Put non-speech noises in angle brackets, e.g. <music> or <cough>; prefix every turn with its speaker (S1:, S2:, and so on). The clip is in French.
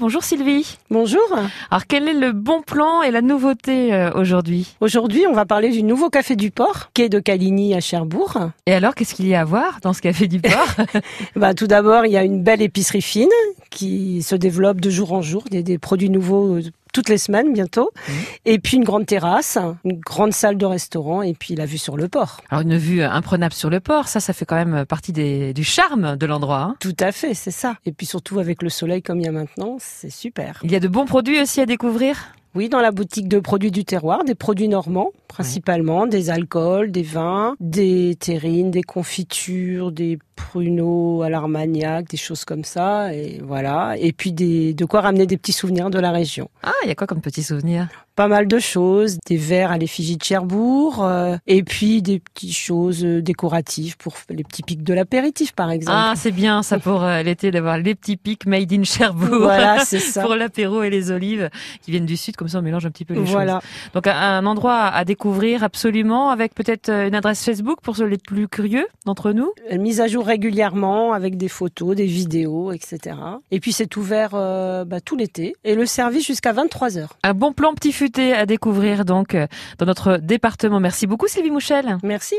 S1: Bonjour Sylvie.
S2: Bonjour.
S1: Alors quel est le bon plan et la nouveauté euh, aujourd'hui
S2: Aujourd'hui, on va parler du nouveau café du port, qui est de Caligny à Cherbourg.
S1: Et alors qu'est-ce qu'il y a à voir dans ce café du port
S2: Bah, tout d'abord, il y a une belle épicerie fine qui se développe de jour en jour. Il y a des produits nouveaux euh, toutes les semaines bientôt.
S1: Mmh.
S2: Et puis une grande terrasse, une grande salle de restaurant et puis la vue sur le port.
S1: <laughs> Alors une vue imprenable sur le port, ça ça fait quand même partie des- du charme de l'endroit. hein.
S2: Tout à fait, c'est ça. Et puis surtout avec le soleil comme il y a maintenant, c'est super.
S1: Il y a de bons produits aussi à découvrir.
S2: Oui, dans la boutique de produits du terroir, des produits normands principalement, des alcools, des vins, des terrines, des confitures, des pruneaux à l'armagnac, des choses comme ça, et voilà. Et puis des, de quoi ramener des petits souvenirs de la région.
S1: Ah, il y a quoi comme petits souvenirs
S2: Pas mal de choses, des verres à l'effigie de Cherbourg, euh, et puis des petites choses euh, décoratives pour les petits pics de l'apéritif par exemple.
S1: Ah, <laughs> c'est bien ça pour euh, l'été d'avoir les petits pics made in Cherbourg. <laughs>
S2: Voilà, c'est ça.
S1: Pour l'apéro et les olives qui viennent du sud, comme ça on mélange un petit peu les
S2: Voilà.
S1: choses. Donc un- un endroit à découvrir absolument, avec peut-être euh, une adresse Facebook pour ceux les plus curieux d'entre nous.
S2: mise à jour régulièrement avec des photos, des vidéos, etc. Et puis c'est ouvert euh, bah, tout l'été et le service jusqu'à 23 heures.
S1: Un bon plan petit futé à découvrir donc euh, dans notre département. Merci beaucoup Sylvie Mouchel.
S2: Merci.